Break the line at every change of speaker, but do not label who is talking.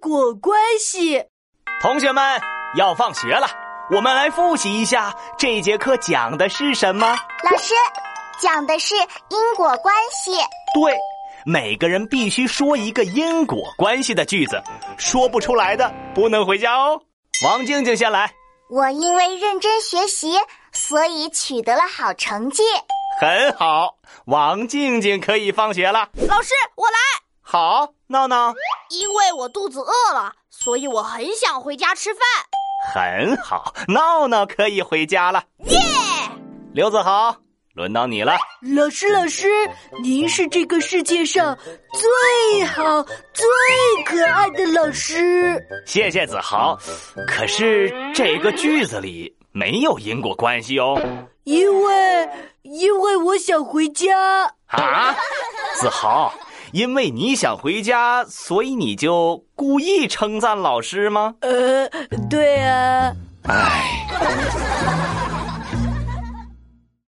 果关系。
同学们要放学了，我们来复习一下这节课讲的是什么。
老师讲的是因果关系。
对，每个人必须说一个因果关系的句子，说不出来的不能回家哦。王静静先来，
我因为认真学习，所以取得了好成绩。
很好，王静静可以放学了。
老师，我来。
好，闹闹，
因为我肚子饿了，所以我很想回家吃饭。
很好，闹闹可以回家了。
耶！
刘子豪，轮到你了。
老师，老师，您是这个世界上最好、最可爱的老师。
谢谢子豪，可是这个句子里没有因果关系哦。
因为，因为我想回家。
啊，子豪，因为你想回家，所以你就故意称赞老师吗？
呃，对啊。
唉。